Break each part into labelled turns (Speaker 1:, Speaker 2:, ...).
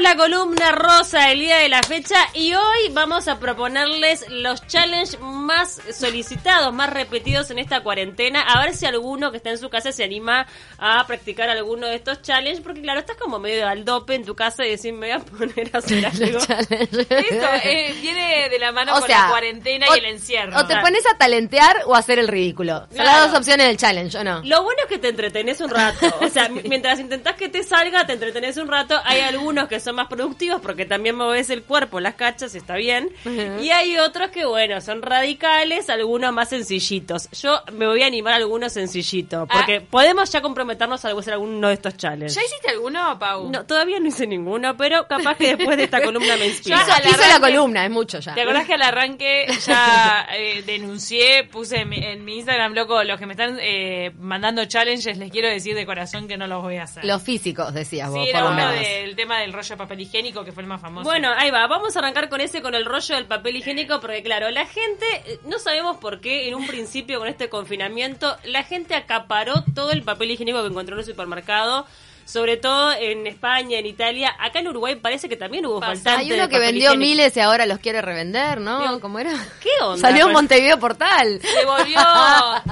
Speaker 1: la columna rosa el día de la fecha y hoy vamos a proponerles los challenges más solicitados, más repetidos en esta cuarentena. A ver si alguno que está en su casa se anima a practicar alguno de estos challenges, porque claro, estás como medio al dope en tu casa y decís, me voy a poner a hacer algo.
Speaker 2: Esto eh, viene de la mano
Speaker 3: O
Speaker 2: con
Speaker 3: sea,
Speaker 2: la cuarentena
Speaker 3: o-
Speaker 2: y el encierro.
Speaker 3: O te pones a talentear o a hacer el ridículo. Son las
Speaker 1: Claro.
Speaker 3: dos opciones del challenge, ¿o no?
Speaker 1: Lo bueno es que te entretenés un rato. O sea, m- mientras intentás que te salga, te entretenés un rato. Hay algunos que son más productivos porque también moves el cuerpo, las cachas, está bien. Y hay otros que, bueno, son radicales, algunos más sencillitos. Yo me voy a animar a alguno sencillito porque podemos ya comprometernos a hacer alguno de estos challenges.
Speaker 2: ¿Ya hiciste alguno, Pau?
Speaker 1: No, todavía no hice ninguno, pero capaz que después de esta columna me inspiro.
Speaker 2: Yo-
Speaker 3: Hizo,
Speaker 2: la
Speaker 3: hizo la
Speaker 2: verdad que-
Speaker 3: columna, es mucho ya.
Speaker 2: ¿Te acordás que al arranque ya eh, denuncié, puse en mi, en mi Instagram, loco, los que me están eh, mandando challenges, les quiero decir de corazón que no los voy a hacer.
Speaker 3: Los físicos, decías vos,
Speaker 2: sí,
Speaker 3: por
Speaker 2: era
Speaker 3: lo
Speaker 2: uno
Speaker 3: menos.
Speaker 2: del tema del rollo de papel higiénico, que fue el más famoso.
Speaker 1: Bueno, ahí va. Vamos a arrancar con ese, con el rollo del papel higiénico, porque claro, la gente, eh, no sabemos por qué, en un principio con este confinamiento, la gente acaparó todo el papel higiénico que encontró en el supermercado. Sobre todo en España, en Italia. Acá en Uruguay parece que también hubo
Speaker 2: Pasa.
Speaker 1: faltante.
Speaker 3: Hay
Speaker 1: de
Speaker 3: uno que
Speaker 1: papel
Speaker 3: vendió
Speaker 1: higiénico.
Speaker 3: miles y ahora los quiere revender, ¿no?
Speaker 1: Digo,
Speaker 3: ¿Cómo era?
Speaker 1: ¿Qué onda?
Speaker 3: Salió un
Speaker 1: Pues-
Speaker 3: Montevideo Portal.
Speaker 2: Se volvió.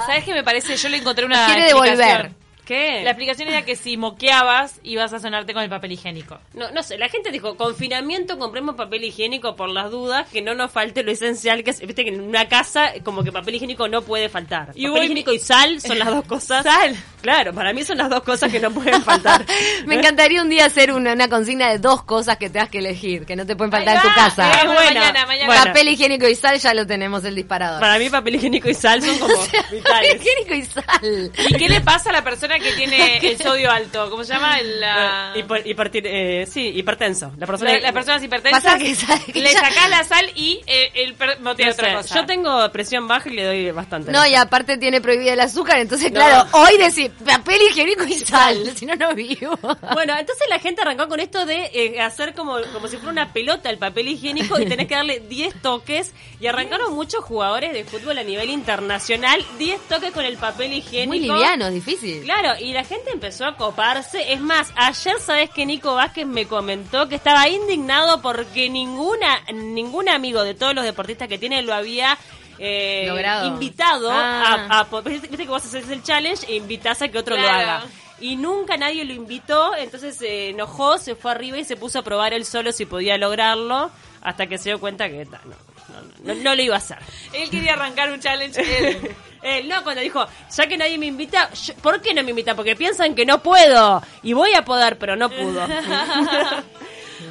Speaker 2: ¿Sabes qué me parece? Yo le encontré una.
Speaker 3: Quiere
Speaker 2: explicación.
Speaker 3: devolver.
Speaker 1: ¿Qué?
Speaker 2: La explicación era que si moqueabas, ibas a sonarte con el papel higiénico.
Speaker 1: No, no sé, la gente dijo, confinamiento, compremos papel higiénico por las dudas, que no nos falte lo esencial, que es, viste que en una casa como que papel higiénico no puede faltar.
Speaker 2: Y
Speaker 1: papel
Speaker 2: voy-
Speaker 1: higiénico y sal son las dos cosas. Sal. Claro, para mí son las dos cosas que no pueden faltar.
Speaker 3: Me encantaría un día hacer una, una consigna de dos cosas que tengas que elegir, que no te pueden faltar en tu casa.
Speaker 2: Ah,
Speaker 1: Eh, bueno,
Speaker 2: mañana, mañana.
Speaker 1: bueno.
Speaker 3: Papel higiénico y sal ya lo tenemos el disparador.
Speaker 1: Para mí papel higiénico y sal son como
Speaker 3: Papel
Speaker 1: vitales.
Speaker 3: higiénico y sal.
Speaker 2: ¿Y qué le pasa a la persona que tiene el sodio alto? ¿Cómo se llama? El, la-
Speaker 1: Eh, hiper- hipertir- eh, sí, hipertenso. La persona,
Speaker 2: la- las personas
Speaker 3: Pasa
Speaker 2: hipertensas
Speaker 3: que sabe que
Speaker 2: le
Speaker 3: ya-
Speaker 2: sacás la sal y eh, el per-
Speaker 1: No
Speaker 2: motea otra
Speaker 1: sé,
Speaker 2: cosa.
Speaker 1: Yo tengo presión baja y le doy bastante.
Speaker 3: No, y aparte tiene prohibida el azúcar, entonces,
Speaker 1: No.
Speaker 3: claro, hoy decir papel higiénico y sal, si no, no vivo.
Speaker 1: Bueno, entonces la gente arrancó con esto de eh, hacer como, como si fuera una pelota el papel higiénico y tenés que darle 10 toques. Y arrancaron muchos jugadores de fútbol a nivel internacional, 10 toques con el papel higiénico.
Speaker 3: Muy liviano, es difícil.
Speaker 1: Claro, y la gente empezó a coparse. Es más, ayer sabes que Nico Vázquez me comentó que estaba indignado porque ninguna, ningún amigo de todos los deportistas que tiene lo había eh,
Speaker 3: Logrado.
Speaker 1: invitado
Speaker 3: Ah.
Speaker 1: a, a- viste viste que vos haces el challenge e invitás a que otro lo
Speaker 2: Claro.
Speaker 1: haga. Y nunca nadie lo invitó, entonces se enojó, se fue arriba y se puso a probar él solo si podía lograrlo, hasta que se dio cuenta que ta, no, no, no, no lo iba a hacer.
Speaker 2: Él quería arrancar un challenge. él.
Speaker 1: Él Eh, no, cuando dijo, ya que nadie me invita, yo- ¿por qué no me invitan? Porque piensan que no puedo. Y voy a poder, pero no pudo.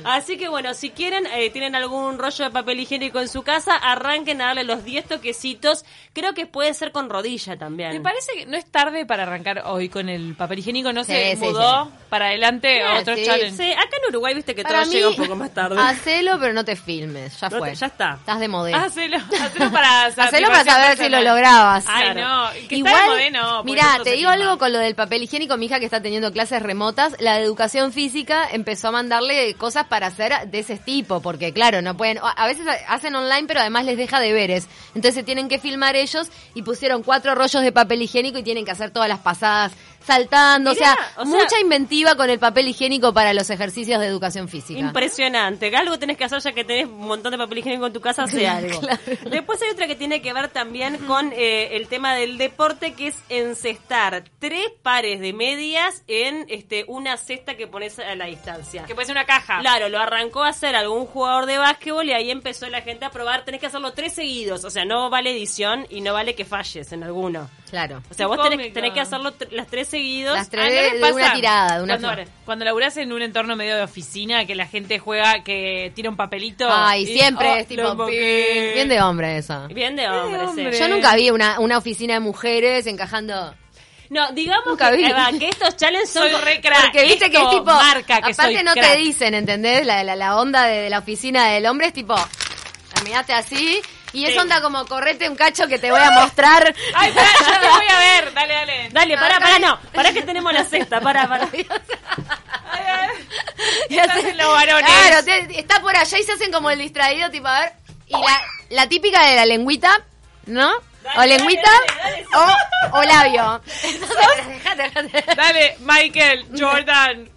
Speaker 1: Así que bueno, si quieren, eh, tienen algún rollo de papel higiénico en su casa, arranquen a darle los 10 toquecitos. Creo que puede ser con rodilla también.
Speaker 2: Me parece que no es tarde para arrancar hoy con el papel higiénico. No
Speaker 3: Sí,
Speaker 2: se
Speaker 3: sí,
Speaker 2: mudó para adelante
Speaker 3: Ah,
Speaker 2: a Eh, otro
Speaker 3: sí,
Speaker 2: challenge.
Speaker 1: Sí, acá en Uruguay viste que
Speaker 3: Para
Speaker 1: todo llega un poco más tarde.
Speaker 3: Hacelo, pero no te filmes, ya
Speaker 1: No
Speaker 3: fue.
Speaker 1: te- ya está. Ah,
Speaker 3: Estás de modelo.
Speaker 2: Ah, Hacelo, hacelo para,
Speaker 3: Hacelo
Speaker 2: satisfacción
Speaker 3: para saber si lo
Speaker 2: personal.
Speaker 3: lograbas.
Speaker 2: Ay,
Speaker 1: Claro.
Speaker 2: no. Que está de
Speaker 3: Igual,
Speaker 2: modé, no, porque
Speaker 3: mirá,
Speaker 2: eso
Speaker 3: te
Speaker 2: se
Speaker 3: digo
Speaker 2: filma.
Speaker 3: algo con lo del papel higiénico. Mi hija que está teniendo clases remotas, la de educación física empezó a mandarle cosas para hacer de ese tipo, porque claro, no pueden, a veces hacen online, pero además les deja deberes. Entonces se tienen que filmar ellos y pusieron cuatro rollos de papel higiénico y tienen que hacer todas las pasadas saltando.
Speaker 1: Mirá,
Speaker 3: o sea,
Speaker 1: o sea-
Speaker 3: mucha inventiva con el papel higiénico para los ejercicios de educación física.
Speaker 1: Impresionante. Algo tenés que hacer ya que tenés un montón de papel higiénico en tu casa, hace algo. Después hay otra que tiene que ver también con eh, el tema del deporte, que es encestar tres pares de medias en este una cesta que pones a la distancia.
Speaker 2: Que ah. puede ser una caja.
Speaker 1: Claro, lo arrancó a hacer algún jugador de básquetbol y ahí empezó la gente a probar. Tenés que hacerlo tres seguidos. O sea, no vale edición y no vale que falles en alguno.
Speaker 3: Claro.
Speaker 1: O sea,
Speaker 2: Qué
Speaker 1: vos tenés,
Speaker 2: cómico.
Speaker 1: tenés que hacerlo tr- las tres seguidos.
Speaker 3: Las tres
Speaker 2: Ah, ¿no les
Speaker 3: de
Speaker 2: pasa?
Speaker 3: una tirada, de una
Speaker 2: cuando,
Speaker 3: flor.
Speaker 2: cuando laburás en un entorno medio de oficina, que la gente juega, que tira un papelito.
Speaker 3: Ay,
Speaker 2: y-
Speaker 3: siempre
Speaker 2: oh,
Speaker 3: es tipo,
Speaker 2: lo moqué.
Speaker 3: bien de hombre eso.
Speaker 1: Bien de eh. hombre, sí.
Speaker 2: hombre.
Speaker 3: Yo nunca vi una, una oficina de mujeres encajando.
Speaker 1: No, digamos
Speaker 3: Nunca
Speaker 1: que,
Speaker 3: vi.
Speaker 1: ahí va, que estos challenges son
Speaker 2: Soy re crack.
Speaker 3: Porque viste que es
Speaker 2: Esto
Speaker 3: tipo.
Speaker 2: marca que
Speaker 3: aparte
Speaker 2: soy
Speaker 3: no
Speaker 2: crack.
Speaker 3: te dicen, ¿entendés? La, la, la onda de, de la oficina del hombre es tipo. La miraste así. Y es
Speaker 1: Sí.
Speaker 3: onda como correte un cacho que te voy a mostrar.
Speaker 2: Ay, pará, yo te voy a ver. Dale, dale.
Speaker 1: Dale,
Speaker 3: No,
Speaker 1: pará,
Speaker 3: acá
Speaker 1: pará,
Speaker 3: hay-
Speaker 1: no. Pará que tenemos la cesta, pará, pará.
Speaker 3: Y
Speaker 2: Estás
Speaker 3: hace-
Speaker 2: en los varones.
Speaker 3: Claro, te- está por allá y se hacen como el distraído, tipo, a ver. Y la, la típica de la lengüita, ¿no?
Speaker 1: Dale,
Speaker 3: o
Speaker 1: dale,
Speaker 3: lengüita
Speaker 1: dale,
Speaker 3: o, o labio. Entonces, dejate, dejate.
Speaker 2: Dale, Michael, Jordan.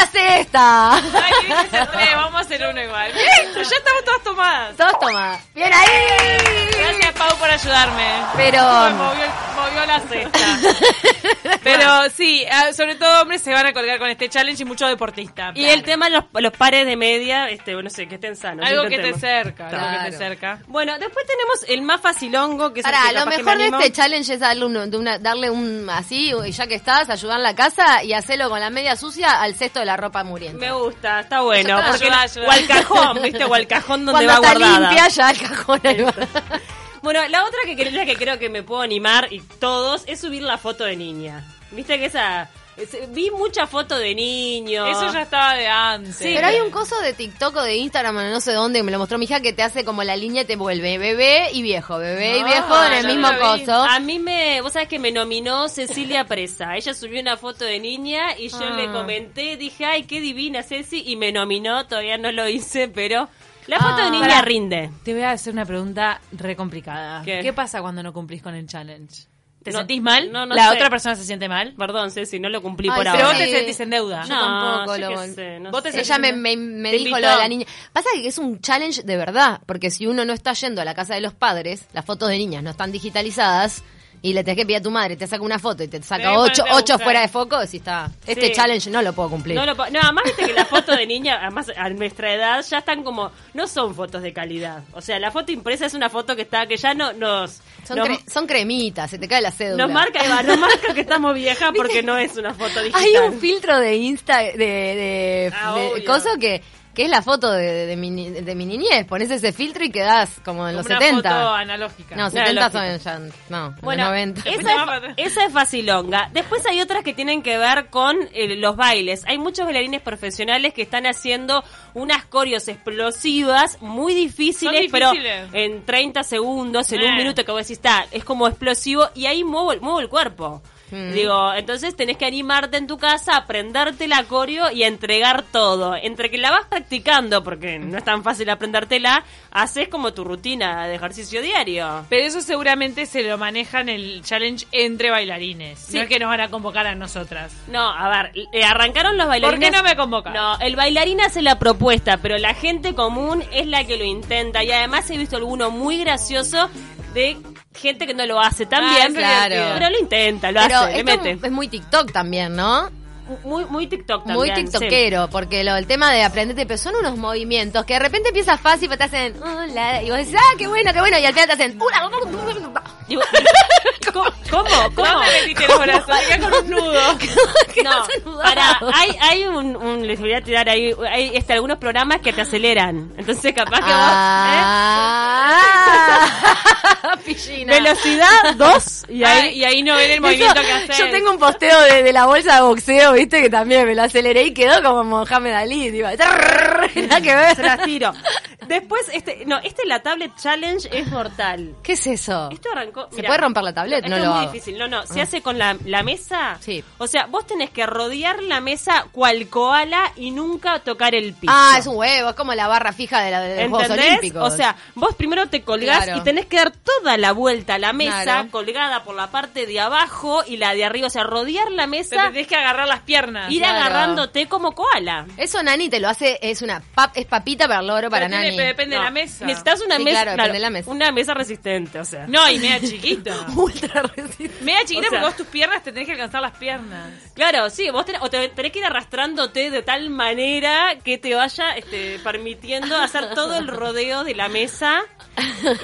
Speaker 3: la cesta!
Speaker 2: Ay, qué bien que se re, vamos a hacer uno igual. Bien, ya estamos todas tomadas.
Speaker 3: Todos toma. ¡Bien ahí!
Speaker 2: Gracias, Pau, por ayudarme.
Speaker 3: Pero-
Speaker 2: Ay, movió, movió la cesta. Pero sí, ah, sobre todo hombres se van a colgar con este challenge y muchos deportistas.
Speaker 1: Y el tema, los, los pares de media, este, no sé, que estén sanos.
Speaker 2: Algo que te
Speaker 1: intentemos.
Speaker 2: cerca, algo que
Speaker 3: Claro.
Speaker 2: te cerca.
Speaker 1: Bueno, después tenemos el más facilongo, que es
Speaker 3: Pará,
Speaker 1: el que
Speaker 3: lo
Speaker 1: capaz que
Speaker 3: mejor
Speaker 1: me
Speaker 3: de
Speaker 1: animo.
Speaker 3: este challenge es darle, un, de una- darle un así, y ya que estás, ayudar en la casa y hacerlo con la media sucia al cesto de la ropa muriente.
Speaker 1: Me gusta, está bueno.
Speaker 2: Eso está,
Speaker 1: porque
Speaker 2: ayuda,
Speaker 1: la-
Speaker 2: ayuda.
Speaker 1: O al cajón, ¿viste? O al cajón donde
Speaker 3: Cuando
Speaker 1: va
Speaker 3: está
Speaker 1: guardada.
Speaker 3: limpia, ya el cajón ahí va.
Speaker 1: Bueno, la otra que, cre- la que creo que me puedo animar, y todos, es subir la foto de niña. ¿Viste que esa... es- vi mucha foto de niño.
Speaker 2: Eso ya estaba de antes.
Speaker 1: Sí,
Speaker 3: Pero hay un coso de TikTok o de Instagram, o no sé dónde, que me lo mostró mi hija, que te hace como la línea y te vuelve bebé y viejo, bebé y
Speaker 1: Ah,
Speaker 2: No,
Speaker 3: viejo en el
Speaker 2: yo no
Speaker 3: mismo
Speaker 2: lo vi.
Speaker 3: coso.
Speaker 1: A mí me, vos sabés que me nominó Cecilia Presa. Ella subió una foto de niña y yo
Speaker 2: Ah.
Speaker 1: le comenté, dije, ay, qué divina Ceci, y me nominó, todavía no lo hice, pero la foto de niña
Speaker 2: Pará.
Speaker 1: rinde.
Speaker 2: Te voy a hacer una pregunta re complicada.
Speaker 1: ¿Qué?
Speaker 2: ¿Qué, pasa cuando no cumplís con el challenge? ¿Te
Speaker 1: No-
Speaker 2: sentís mal?
Speaker 1: no, no
Speaker 2: ¿La
Speaker 1: sé.
Speaker 2: otra persona se siente mal?
Speaker 1: Perdón, Ceci, no lo cumplí
Speaker 3: Ay,
Speaker 1: por
Speaker 3: sí.
Speaker 2: Pero
Speaker 1: ahora.
Speaker 2: vos te sentís en deuda.
Speaker 1: No,
Speaker 3: tampoco
Speaker 1: yo
Speaker 3: lo-
Speaker 1: qué sé, no
Speaker 2: Vos te
Speaker 1: sé.
Speaker 3: Ella me, me- me
Speaker 1: Te
Speaker 3: dijo
Speaker 1: invitó.
Speaker 3: lo de la niña. Pasa que es un challenge de verdad, porque si uno no está yendo a la casa de los padres, las fotos de niñas no están digitalizadas y le tenés que pedir a tu madre, te saca una foto y te saca
Speaker 2: Tenés que
Speaker 3: ocho,
Speaker 2: ponerte a
Speaker 3: ocho
Speaker 2: buscar.
Speaker 3: fuera de foco, si está. Este
Speaker 1: Sí.
Speaker 3: challenge no lo puedo cumplir.
Speaker 1: No, lo po- no, además viste que las fotos de niña, además a nuestra edad, ya están como, no son fotos de calidad. O sea, la foto impresa es una foto que está, que ya no nos...
Speaker 3: son,
Speaker 1: nos,
Speaker 3: cre- son cremitas, se te cae la cédula.
Speaker 1: nos marca, Eva, nos marca que estamos viejas porque no es una foto digital.
Speaker 3: Hay un filtro de Insta, de, de,
Speaker 1: Ah,
Speaker 3: de-
Speaker 1: obvio.
Speaker 3: coso que, que es la foto de, de mi, ni- de mi niñez. Pones ese filtro y quedás como en los
Speaker 2: Como una
Speaker 3: 70.
Speaker 2: foto analógica.
Speaker 3: no,
Speaker 1: Una
Speaker 3: 70
Speaker 1: analógica.
Speaker 3: son ya, no, en
Speaker 1: Bueno,
Speaker 3: los 90.
Speaker 1: Esa, es, esa es facilonga. Después hay otras que tienen que ver con eh, los bailes. Hay muchos bailarines profesionales que están haciendo unas coreos explosivas muy difíciles,
Speaker 2: Son
Speaker 1: pero
Speaker 2: difíciles.
Speaker 1: en 30 segundos, en un
Speaker 2: Eh.
Speaker 1: minuto que vos decís, está, es como explosivo y ahí muevo, el- muevo el cuerpo.
Speaker 3: Mm.
Speaker 1: Digo, entonces tenés que animarte en tu casa, aprenderte la coreo y a entregar todo. Entre que la vas practicando, porque no es tan fácil aprendértela, haces como tu rutina de ejercicio diario.
Speaker 2: Pero eso seguramente se lo manejan el challenge entre bailarines. No es que nos van a convocar a nosotras.
Speaker 1: No, a ver, eh, arrancaron los bailarines.
Speaker 2: ¿Por qué no me convocan?
Speaker 1: No, el bailarín hace la propuesta, pero la gente común es la que lo intenta. Y además he visto alguno muy gracioso de gente que no lo hace tan
Speaker 2: Ah,
Speaker 1: bien,
Speaker 2: es
Speaker 3: claro.
Speaker 1: pero- pero lo intenta, lo
Speaker 3: Pero
Speaker 1: hace, le
Speaker 3: esto
Speaker 1: mete.
Speaker 3: es muy TikTok también, ¿no?
Speaker 1: Muy, muy TikTok también.
Speaker 3: muy
Speaker 1: sí.
Speaker 3: tiktokero, porque lo, el tema de aprenderte, pero son unos movimientos que de repente empiezas fácil, pero te hacen, hola, y vos decís, ah, qué bueno, qué bueno, y al final te hacen, hola,
Speaker 1: Digo, ¿Cómo? ¿Cómo? ¿Cómo?
Speaker 2: ¿Dónde metiste el brazo? Acá con un nudo.
Speaker 3: que
Speaker 1: No,
Speaker 3: no se anudaba.
Speaker 1: para, hay, hay un, un- les voy a tirar ahí, hay este, algunos programas que te aceleran. Entonces capaz que vos, ¿eh?
Speaker 3: Ah, Pillina.
Speaker 1: velocidad 2 y
Speaker 2: Y ahí,
Speaker 1: ahí
Speaker 2: y ahí no ven el
Speaker 3: Eso,
Speaker 2: movimiento que haces.
Speaker 3: yo tengo un posteo de, de la bolsa de boxeo, viste, que también me lo aceleré y quedó como Mohamed Ali, digo, nada que
Speaker 1: se
Speaker 3: ver.
Speaker 1: las tiro. Después, este, no, este la tablet challenge es mortal.
Speaker 3: ¿Qué es eso?
Speaker 1: Esto arrancó.
Speaker 3: ¿Se
Speaker 1: mirá.
Speaker 3: puede romper la tablet?
Speaker 1: Esto
Speaker 3: No
Speaker 1: es
Speaker 3: lo
Speaker 1: muy
Speaker 3: hago. Ah.
Speaker 1: difícil. No, no. Se hace con la, la mesa.
Speaker 3: Sí.
Speaker 1: O sea, vos tenés que rodear la mesa cual koala y nunca tocar el piso.
Speaker 3: Ah, es un huevo, es como la barra fija de, la, de los Juegos
Speaker 1: ¿Entendés?
Speaker 3: Olímpicos.
Speaker 1: O sea, vos primero te colgás
Speaker 3: Claro.
Speaker 1: y tenés que dar toda la vuelta a la mesa,
Speaker 3: Claro.
Speaker 1: colgada por la parte de abajo y la de arriba. O sea, rodear la
Speaker 2: Te
Speaker 1: mesa,
Speaker 2: tenés que agarrar las piernas.
Speaker 1: ir
Speaker 3: Claro.
Speaker 1: agarrándote como koala.
Speaker 3: Eso Nani te lo hace, es una pap- es papita para el logro para
Speaker 2: Pero tiene-
Speaker 3: Nani.
Speaker 2: pero depende
Speaker 1: No,
Speaker 2: de la mesa.
Speaker 1: Necesitas una
Speaker 3: Sí,
Speaker 1: mesa,
Speaker 3: claro, depende de la mesa.
Speaker 1: una mesa resistente, o sea.
Speaker 2: No, y media chiquita.
Speaker 3: Ultra resistente.
Speaker 2: media chiquita
Speaker 1: O sea-
Speaker 2: porque vos tus piernas te tenés que alcanzar las piernas.
Speaker 1: Claro, sí, vos tenés, o te- tenés que ir arrastrándote de tal manera que te vaya este, permitiendo hacer todo el rodeo de la mesa.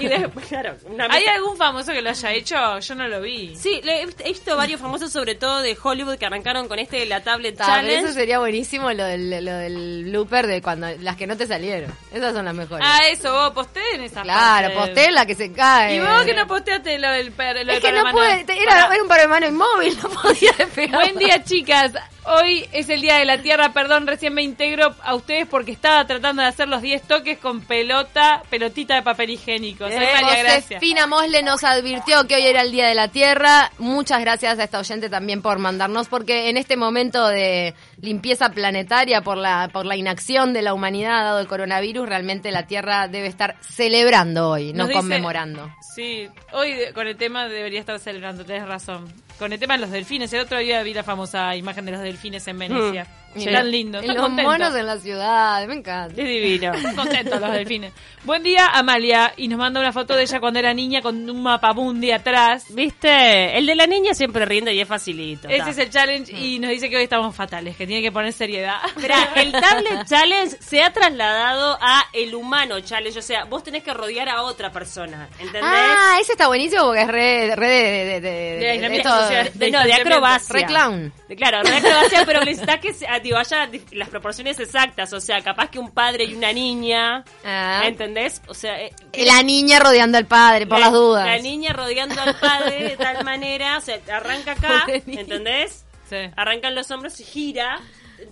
Speaker 1: Y después, claro, una mesa.
Speaker 2: ¿Hay algún famoso que lo haya hecho? Yo no lo vi.
Speaker 1: Sí, le- he visto varios famosos, sobre todo de Hollywood, que arrancaron con este de la tablet
Speaker 3: Eso
Speaker 1: challenge.
Speaker 3: sería buenísimo lo del, lo del blooper de cuando las que no te salieron. Esas son las mejores.
Speaker 2: Ah, eso, vos posteen esa
Speaker 3: claro,
Speaker 2: parte.
Speaker 3: posté la que se cae.
Speaker 2: Y vos que no posteaste lo del, par- lo del
Speaker 3: es que no
Speaker 2: Panamá,
Speaker 3: puede, te- era,
Speaker 2: Pará.
Speaker 3: era un par de manos inmóvil, no podía despegar.
Speaker 2: Buen día, chicas. Hoy es el Día de la Tierra. Perdón, recién me integro a ustedes porque estaba tratando de hacer los 10 toques con pelota, pelotita de papel higiénico. Soy
Speaker 3: Eh,
Speaker 2: María Gracia.
Speaker 3: Josefina Mosle nos advirtió que hoy era el Día de la Tierra. Muchas gracias a esta oyente también por mandarnos, porque en este momento de limpieza planetaria por la, por la inacción de la humanidad dado el coronavirus, realmente la Tierra debe estar celebrando hoy, no
Speaker 2: Nos dice-
Speaker 3: conmemorando.
Speaker 2: Sí, hoy de- con el tema debería estar celebrando, tenés razón. Con el tema de los delfines, el otro día vi la famosa imagen de los delfines en Venecia. Sí. Tan lindo.
Speaker 3: Mm, En
Speaker 2: tan
Speaker 3: Los
Speaker 2: contento.
Speaker 3: monos en la ciudad, me encanta.
Speaker 1: Es divino.
Speaker 2: Están contentos los delfines. Buen día, Amalia. Y nos manda una foto de ella cuando era niña con un mapamundi atrás.
Speaker 1: ¿Viste? El de la niña siempre rinde y es facilito. ta.
Speaker 2: Ese es el challenge y nos dice que hoy estamos fatales, que tiene que poner seriedad.
Speaker 1: Esperá, el tablet challenge se ha trasladado a el humano challenge. O sea, vos tenés que rodear a otra persona. ¿Entendés?
Speaker 3: Ah, ese está buenísimo porque es re, re de, de, de, de-
Speaker 2: De aislamiento
Speaker 3: esto-
Speaker 2: social.
Speaker 1: de, no, de acrobacia.
Speaker 3: Re clown.
Speaker 1: De- Claro, de acrobacia, pero necesitas que se- ah, digo, haya dif- las proporciones exactas. O sea, capaz que un padre y una niña.
Speaker 3: Ah.
Speaker 1: ¿Entendés? O sea, eh,
Speaker 3: La niña rodeando al padre, por
Speaker 1: la-
Speaker 3: las dudas.
Speaker 1: La niña rodeando al padre de tal manera. O sea, arranca acá,
Speaker 3: Pobre niña.
Speaker 1: ¿entendés?
Speaker 2: Sí.
Speaker 1: Arrancan los hombros y gira.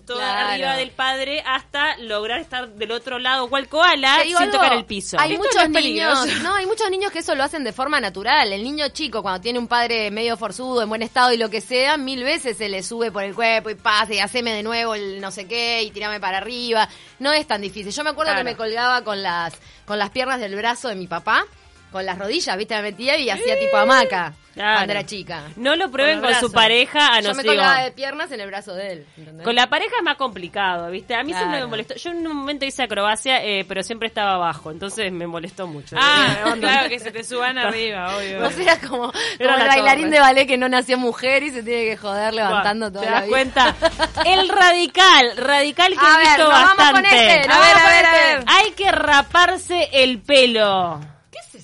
Speaker 1: Todo
Speaker 3: Claro.
Speaker 1: arriba del padre hasta lograr estar del otro lado, cual koala,
Speaker 3: Te digo
Speaker 1: Ah, sin
Speaker 3: algo,
Speaker 1: tocar el piso.
Speaker 3: Hay
Speaker 2: Esto
Speaker 3: muchos
Speaker 2: no es peligroso.
Speaker 3: niños, no, hay muchos niños que eso lo hacen de forma natural. El niño chico cuando tiene un padre medio forzudo, en buen estado y lo que sea, mil veces se le sube por el cuerpo y pasa y haceme de nuevo el no sé qué y tirame para arriba. No es tan difícil. Yo me acuerdo
Speaker 1: Claro.
Speaker 3: que me colgaba con las con las piernas del brazo de mi papá, con las rodillas, ¿viste? Me metía y hacía tipo hamaca
Speaker 1: Claro.
Speaker 3: cuando era chica.
Speaker 1: No lo prueben
Speaker 3: Con
Speaker 1: con,
Speaker 3: los
Speaker 1: su
Speaker 3: brazos.
Speaker 1: pareja, a
Speaker 3: Yo
Speaker 1: no
Speaker 3: me
Speaker 1: ser-
Speaker 3: colgaba de piernas en el brazo de él. ¿entendés?
Speaker 1: Con la pareja es más complicado, ¿viste? A mí siempre
Speaker 3: ¿Eh? Claro.
Speaker 1: me molestó. Yo en un momento hice acrobacia, eh, pero siempre estaba abajo, entonces me molestó mucho.
Speaker 2: Ah, claro, que se te suban arriba, obvio.
Speaker 3: Vos eras como,
Speaker 1: Era
Speaker 3: como el
Speaker 1: la
Speaker 3: bailarín
Speaker 1: torre.
Speaker 3: de ballet que no nació mujer y se tiene que joder levantando
Speaker 1: Buah,
Speaker 3: toda
Speaker 1: ¿Te
Speaker 3: la
Speaker 1: das
Speaker 3: vida.
Speaker 1: cuenta? Ah, El radical, radical que
Speaker 3: A
Speaker 1: he
Speaker 3: ver,
Speaker 1: visto
Speaker 3: nos vamos
Speaker 1: bastante.
Speaker 3: con este, nos
Speaker 1: a ver,
Speaker 3: vamos
Speaker 1: a
Speaker 3: con
Speaker 1: ver, a
Speaker 3: este.
Speaker 1: ver. Ah, Hay que raparse el pelo.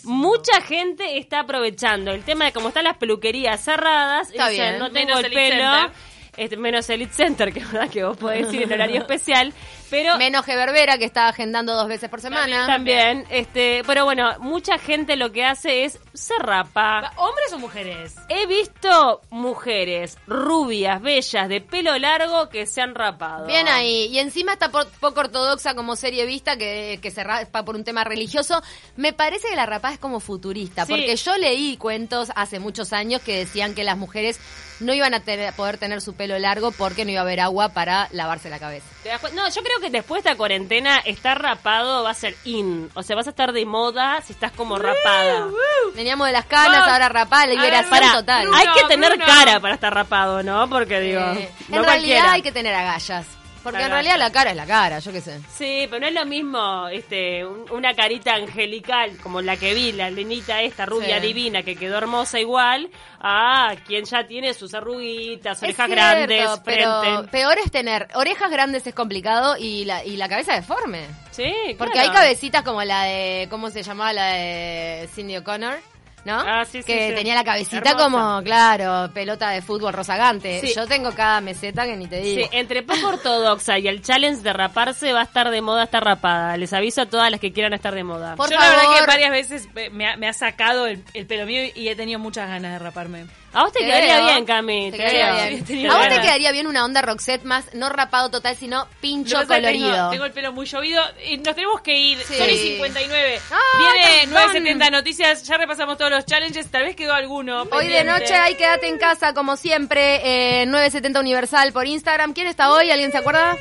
Speaker 1: Mucha gente está aprovechando el tema de cómo están las peluquerías cerradas.
Speaker 3: Está
Speaker 1: dicen,
Speaker 3: bien.
Speaker 1: no tengo
Speaker 2: Menos
Speaker 1: el
Speaker 2: Elite
Speaker 1: pelo.
Speaker 2: Center.
Speaker 1: Este, menos Elite Center, que es verdad que vos podés ir en horario especial. Pero
Speaker 3: Menos que Berbera, que está agendando dos veces por semana.
Speaker 1: También, este, pero bueno, mucha gente lo que hace es se
Speaker 3: Ah,
Speaker 1: rapa.
Speaker 2: ¿Hombres o mujeres?
Speaker 1: He visto mujeres rubias, bellas, de pelo largo que se han rapado.
Speaker 3: Bien ahí. Y encima está po- poco ortodoxa como serie vista que, que se raspa por un tema religioso. Me parece que la rapaz es como futurista,
Speaker 1: Sí.
Speaker 3: porque yo leí cuentos hace muchos años que decían que las mujeres no iban a tener- poder tener su pelo largo porque no iba a haber agua para lavarse la cabeza.
Speaker 1: ¿Te das cu- No, yo creo que después de esta cuarentena estar rapado va a ser in. O sea, vas a estar de moda si estás como rapada.
Speaker 3: Veníamos de las canas,
Speaker 2: Vos,
Speaker 3: ahora rapar,
Speaker 2: a ver,
Speaker 3: liberación
Speaker 1: Para,
Speaker 3: total.
Speaker 1: hay que
Speaker 2: Bruno,
Speaker 1: tener
Speaker 2: Bruno.
Speaker 1: cara para estar rapado, ¿no? Porque digo,
Speaker 3: Eh,
Speaker 1: no cualquiera.
Speaker 3: en realidad hay que tener agallas. Porque
Speaker 1: Agallas.
Speaker 3: en realidad la cara es la cara, yo qué sé.
Speaker 1: Sí, pero no es lo mismo este, un- una carita angelical como la que vi, la lenita esta rubia
Speaker 3: Sí.
Speaker 1: divina que quedó hermosa igual, a quien ya tiene sus arruguitas,
Speaker 3: Es
Speaker 1: orejas
Speaker 3: cierto,
Speaker 1: grandes,
Speaker 3: pero
Speaker 1: frente.
Speaker 3: peor es tener orejas grandes es complicado y la, y la cabeza deforme.
Speaker 1: Sí,
Speaker 3: Porque
Speaker 1: claro.
Speaker 3: hay cabecitas como la de, ¿cómo se llamaba? La de Cindy O'Connor, ¿no?
Speaker 1: Ah, sí, sí,
Speaker 3: que
Speaker 1: sí.
Speaker 3: tenía la cabecita
Speaker 1: Hermosa.
Speaker 3: como, claro, pelota de fútbol rozagante.
Speaker 1: Sí.
Speaker 3: Yo tengo cada meseta que ni te
Speaker 1: Sí,
Speaker 3: digo.
Speaker 1: entre poco ortodoxa y el challenge de raparse va a estar de moda estar rapada. Les aviso a todas las que quieran estar de moda.
Speaker 3: Por
Speaker 2: Yo
Speaker 3: favor.
Speaker 2: la verdad que varias veces eh, me ha, me ha sacado el, el pelo mío y he tenido muchas ganas de raparme.
Speaker 1: A vos te,
Speaker 3: Te
Speaker 1: quedaría
Speaker 3: veo.
Speaker 1: bien, Cami.
Speaker 3: Te quedaría
Speaker 1: veo.
Speaker 3: bien.
Speaker 2: tenía
Speaker 3: A vos te
Speaker 1: ganas.
Speaker 3: quedaría bien una onda Roxette más, no rapado total, sino pincho
Speaker 2: Lo que pasa es que
Speaker 3: colorido.
Speaker 2: Tengo, tengo el pelo muy llovido. y nos tenemos que ir.
Speaker 3: Sí.
Speaker 2: Son y 59.
Speaker 3: Ah,
Speaker 2: Viene
Speaker 3: cansón.
Speaker 2: 970 Noticias. Ya repasamos todos los challenges. Tal vez quedó alguno.
Speaker 3: Hoy de
Speaker 2: pendiente.
Speaker 3: noche hay Quédate en casa, como siempre, eh, 970 Universal por Instagram. ¿Quién está hoy? ¿Alguien se acuerda?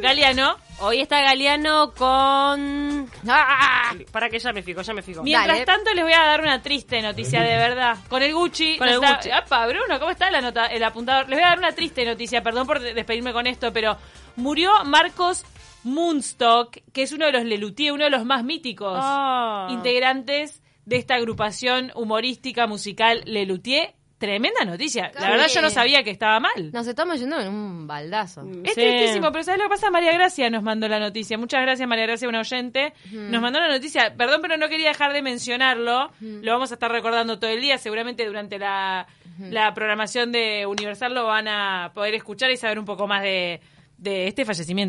Speaker 2: Galeano.
Speaker 1: Hoy está Galeano con...
Speaker 3: ¡Ah!
Speaker 1: Para que ya me fijo, ya me fijo.
Speaker 2: Mientras
Speaker 3: Dale.
Speaker 2: tanto les voy a dar una triste noticia de verdad. Con el Gucci.
Speaker 1: Con
Speaker 2: no
Speaker 1: el
Speaker 2: está-
Speaker 1: Gucci.
Speaker 2: Apa, Bruno, ¿cómo está la nota, el apuntador? Les voy a dar una triste noticia, perdón por de- despedirme con esto, pero murió Marcos Moonstock, que es uno de los Lelutier, uno de los más míticos
Speaker 1: Ah.
Speaker 2: integrantes de esta agrupación humorística musical Lelutier. Tremenda noticia. La
Speaker 3: Claro.
Speaker 2: verdad yo no sabía que estaba mal.
Speaker 3: Nos estamos yendo en un baldazo.
Speaker 2: Es
Speaker 1: Sí.
Speaker 2: tristísimo, pero ¿sabes lo que pasa? María Gracia nos mandó la noticia. Muchas gracias, María Gracia, una oyente. Nos mandó la noticia. Perdón, pero no quería dejar de mencionarlo. Lo vamos a estar recordando todo el día. Seguramente durante la, la programación de Universal lo van a poder escuchar y saber un poco más de, de este fallecimiento.